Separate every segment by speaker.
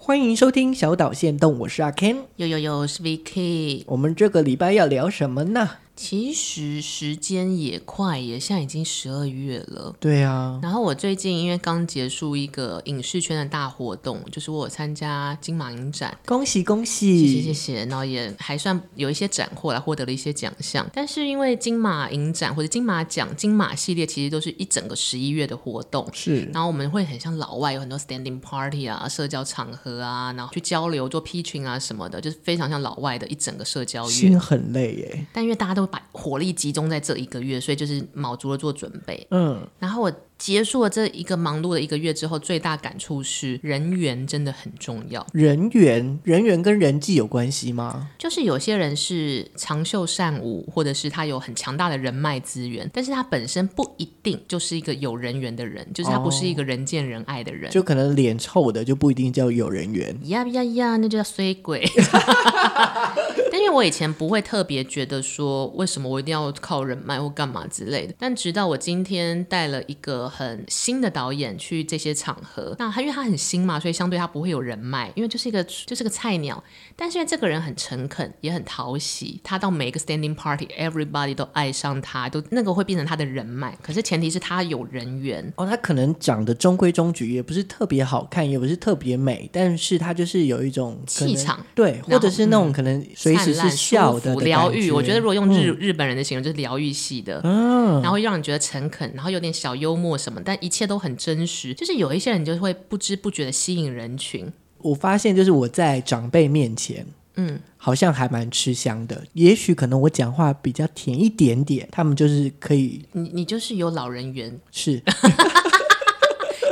Speaker 1: 欢迎收听小岛线动，我是阿 Ken。
Speaker 2: 有有有，是 VK。
Speaker 1: 我们这个礼拜要聊什么呢？
Speaker 2: 其实时间也快耶，现在已经十二月了。
Speaker 1: 对啊，
Speaker 2: 然后我最近因为刚结束一个影视圈的大活动，就是我有参加金马影展，
Speaker 1: 恭喜恭
Speaker 2: 谢谢谢
Speaker 1: 喜！
Speaker 2: 谢，然后也还算有一些斩获啦，获得了一些奖项。但是因为金马影展或者金马奖、金马系列，其实都是一整个十一月的活动，
Speaker 1: 是
Speaker 2: 然后我们会很像老外，有很多 standing party 啊、社交场合啊，然后去交流、做批群啊什么的，就是非常像老外的一整个社交月。
Speaker 1: 心很累耶。
Speaker 2: 但因为大家都把火力集中在这一个月，所以就是卯足了做准备。
Speaker 1: 嗯，
Speaker 2: 然后我结束了这一个忙碌的一个月之后，最大感触是人缘真的很重要。
Speaker 1: 人缘，人缘跟人际有关系吗？
Speaker 2: 就是有些人是长袖善舞，或者是他有很强大的人脉资源，但是他本身不一定就是一个有人缘的人，就是他不是一个人见人爱的人。
Speaker 1: 就可能脸臭的就不一定叫有人缘。
Speaker 2: 呀呀呀，那就叫衰鬼。 但因为我以前不会特别觉得说，为什么我一定要靠人脉或干嘛之类的。但直到我今天带了一个很新的导演去这些场合，那他因为他很新嘛，所以相对他不会有人脉，因为就是一个就是个菜鸟。但是因为这个人很诚恳，也很讨喜，他到每个 standing party，everybody 都爱上他，都那个会变成他的人脉。可是前提是他有人缘，
Speaker 1: 哦，他可能长得中规中矩，也不是特别好看，也不是特别美，但是他就是有一种可能
Speaker 2: 气场，
Speaker 1: 对，
Speaker 2: 然后嗯
Speaker 1: 或者是那种可能随时
Speaker 2: 灿
Speaker 1: 是
Speaker 2: 烂、
Speaker 1: 笑
Speaker 2: 舒
Speaker 1: 的
Speaker 2: 服、
Speaker 1: 的
Speaker 2: 疗
Speaker 1: 感嗯
Speaker 2: 愈。我觉得如果用日、日本人的形容，就是疗愈系的，
Speaker 1: 啊
Speaker 2: 然后让你觉得诚恳，然后有点小幽默什么，但一切都很真实。就是有一些人就会不知不觉的吸引人群，
Speaker 1: 我发现就是我在长辈面前，嗯，好像还蛮吃香的。也许可能我讲话比较甜一点点，他们就是可以
Speaker 2: 你你就是有老人缘，
Speaker 1: 是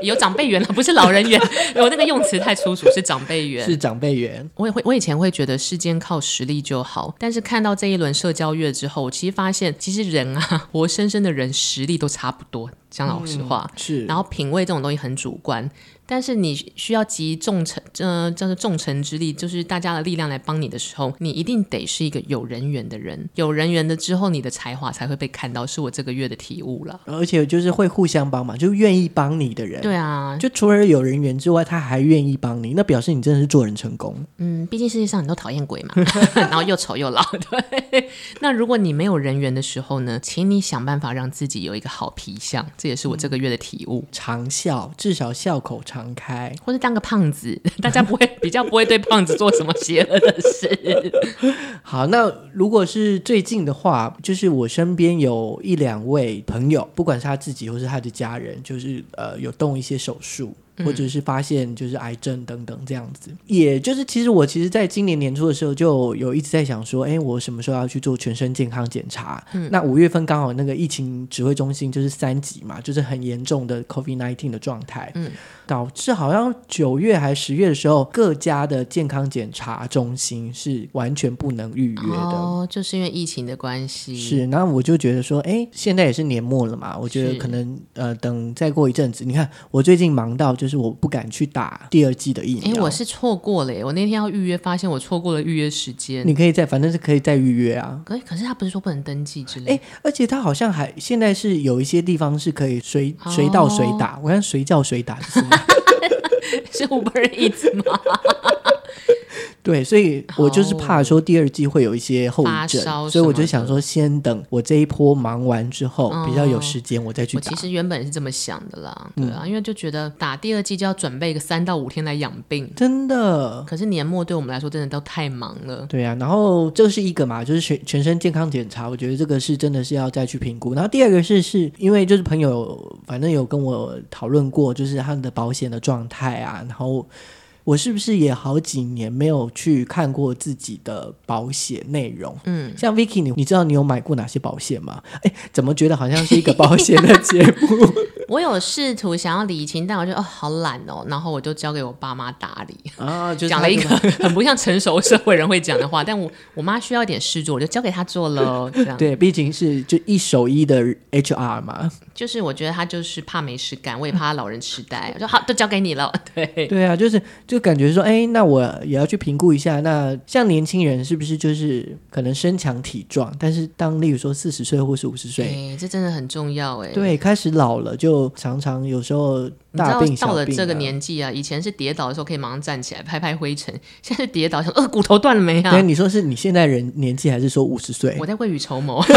Speaker 2: 有长辈缘了，不是老人缘， 我那个用词太粗俗，是长辈缘。
Speaker 1: 是长辈缘。
Speaker 2: 我也会，我以前会觉得世间靠实力就好，但是看到这一轮社交月之后，我其实发现，其实人啊，活生生的人实力都差不多。讲老
Speaker 1: 嗯
Speaker 2: 实话，
Speaker 1: 是，
Speaker 2: 然后品味这种东西很主观，但是你需要集众臣，呃，叫做众臣之力，就是大家的力量来帮你的时候，你一定得是一个有人缘的人。有人缘的之后，你的才华才会被看到，是我这个月的体悟了。
Speaker 1: 而且就是会互相帮忙，就愿意帮你的人。，
Speaker 2: 对啊，
Speaker 1: 就除了有人缘之外，他还愿意帮你，那表示你真的是做人成功。
Speaker 2: 嗯，毕竟世界上你都讨厌鬼嘛，然后又丑又老，对。 那如果你没有人缘的时候呢，请你想办法让自己有一个好皮相，这也是我这个月的体悟。
Speaker 1: 长笑，至少笑口常开。
Speaker 2: 或是当个胖子， 大家不会比较不会对胖子做什么邪恶的事。
Speaker 1: 好，那如果是最近的话，就是我身边有一两位朋友，不管是他自己或是他的家人，就是呃有动一些手术。或者是发现就是癌症等等这样子，也就是其实我其实在今年年初的时候就有一直在想说，哎、我什么时候要去做全身健康检查？那五月份刚好那个疫情指挥中心就是三级嘛，就是很严重的 COVID nineteen 的状态，导致好像九月还十月的时候，各家的健康检查中心是完全不能预约的。
Speaker 2: 哦，就是因为疫情的关系，
Speaker 1: 是，那我就觉得说，哎，现在也是年末了嘛，我觉得
Speaker 2: 嗯是
Speaker 1: 可能呃，等再过一阵子，你看我最近忙到就是我不敢去打第二季的疫
Speaker 2: 哎、
Speaker 1: 苗。
Speaker 2: 我是错过了耶，我那天要预约，发现我错过了预约时间。
Speaker 1: 你可以再，反正是可以再预约啊。
Speaker 2: 可可是他不是说不能登记之类
Speaker 1: 哎
Speaker 2: 的？，
Speaker 1: 而且它好像还现在是有一些地方是可以随
Speaker 2: 哦
Speaker 1: 随到随打，我看随叫随打是什 么？
Speaker 2: 是 Uber Eats 吗？
Speaker 1: 对，所以我就是怕说第二季会有一些后
Speaker 2: 哦发
Speaker 1: 遗症，
Speaker 2: 烧
Speaker 1: 所以我
Speaker 2: 什
Speaker 1: 就
Speaker 2: 么
Speaker 1: 想说，先等我这一波忙完之后，比较有
Speaker 2: 哦
Speaker 1: 时间我再去
Speaker 2: 我
Speaker 1: 打
Speaker 2: 其。实原本是这么想的啦，
Speaker 1: 嗯
Speaker 2: 对啊，因为就觉得打第二季就要准备个三到五天来养病，
Speaker 1: 真的，
Speaker 2: 可是年末对我们来说真的都太忙了。
Speaker 1: 对啊，然后这是一个嘛，就是全全身健康检查，我觉得这个是真的是要再去评估。然后第二个是是因为就是朋友反正有跟我讨论过，就是他们的保险的状态啊，然后我是不是也好几年没有去看过自己的保险内容？嗯，像 Vicky，你你知道你有买过哪些保险吗？哎，怎么觉得好像是一个保险的节目？
Speaker 2: 我有试图想要理清，但我就哦好懒哦，然后我就交给我爸妈打理。
Speaker 1: 啊，就是
Speaker 2: 讲
Speaker 1: 他
Speaker 2: 了一
Speaker 1: 这
Speaker 2: 个很不像成熟社会人会讲的话，但我我妈需要一点事做，我就交给她做了。这样
Speaker 1: 对，毕竟是就一手一的 HR 嘛。
Speaker 2: 就是我觉得他就是怕没事干，我也怕他老人痴呆。 我说好，都交给你了。对，
Speaker 1: 对啊，就是就感觉说，哎，那我也要去评估一下。那像年轻人是不是就是可能身强体壮，但是当例如说四十岁或是五十岁，
Speaker 2: 哎，这真的很重要哎。
Speaker 1: 对，开始老了就就常常有时候
Speaker 2: 你知
Speaker 1: 大
Speaker 2: 道
Speaker 1: 病小
Speaker 2: 到
Speaker 1: 病、啊。
Speaker 2: 了这个年纪啊，以前是跌倒的时候可以马上站起来拍拍灰尘，现在是跌倒想呃骨头断了没啊
Speaker 1: 对，？你说是你现在人年纪，还是说五十岁
Speaker 2: 我？在未雨绸缪，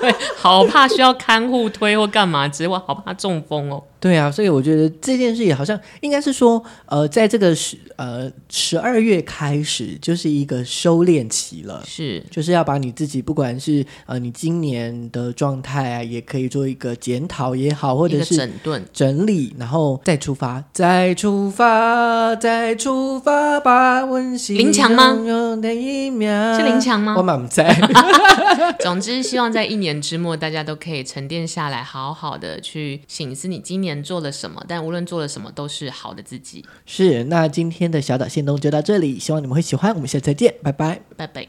Speaker 2: 对，好怕需要看护推或干嘛之，我好怕中风哦。
Speaker 1: 对啊，所以我觉得这件事也好像应该是说，呃，在这个十呃十二月开始，就是一个收敛期了。
Speaker 2: 是，
Speaker 1: 就是要把你自己，不管是呃你今年的状态啊，也可以做一个检讨也好，或
Speaker 2: 一
Speaker 1: 者
Speaker 2: 个
Speaker 1: 是
Speaker 2: 整顿，
Speaker 1: 整理，然后再出发，再出发，再出发吧，温馨
Speaker 2: 林强吗
Speaker 1: 汹涌的一秒
Speaker 2: 是林强吗
Speaker 1: 我满 在。
Speaker 2: 总之，希望在一年之末，大家都可以沉淀下来，好好的去醒思你今年做了什么。但无论做了什么，都是好的自己。
Speaker 1: 是，那今天的小岛线动就到这里，希望你们会喜欢，我们下次再见，拜拜。
Speaker 2: 拜拜。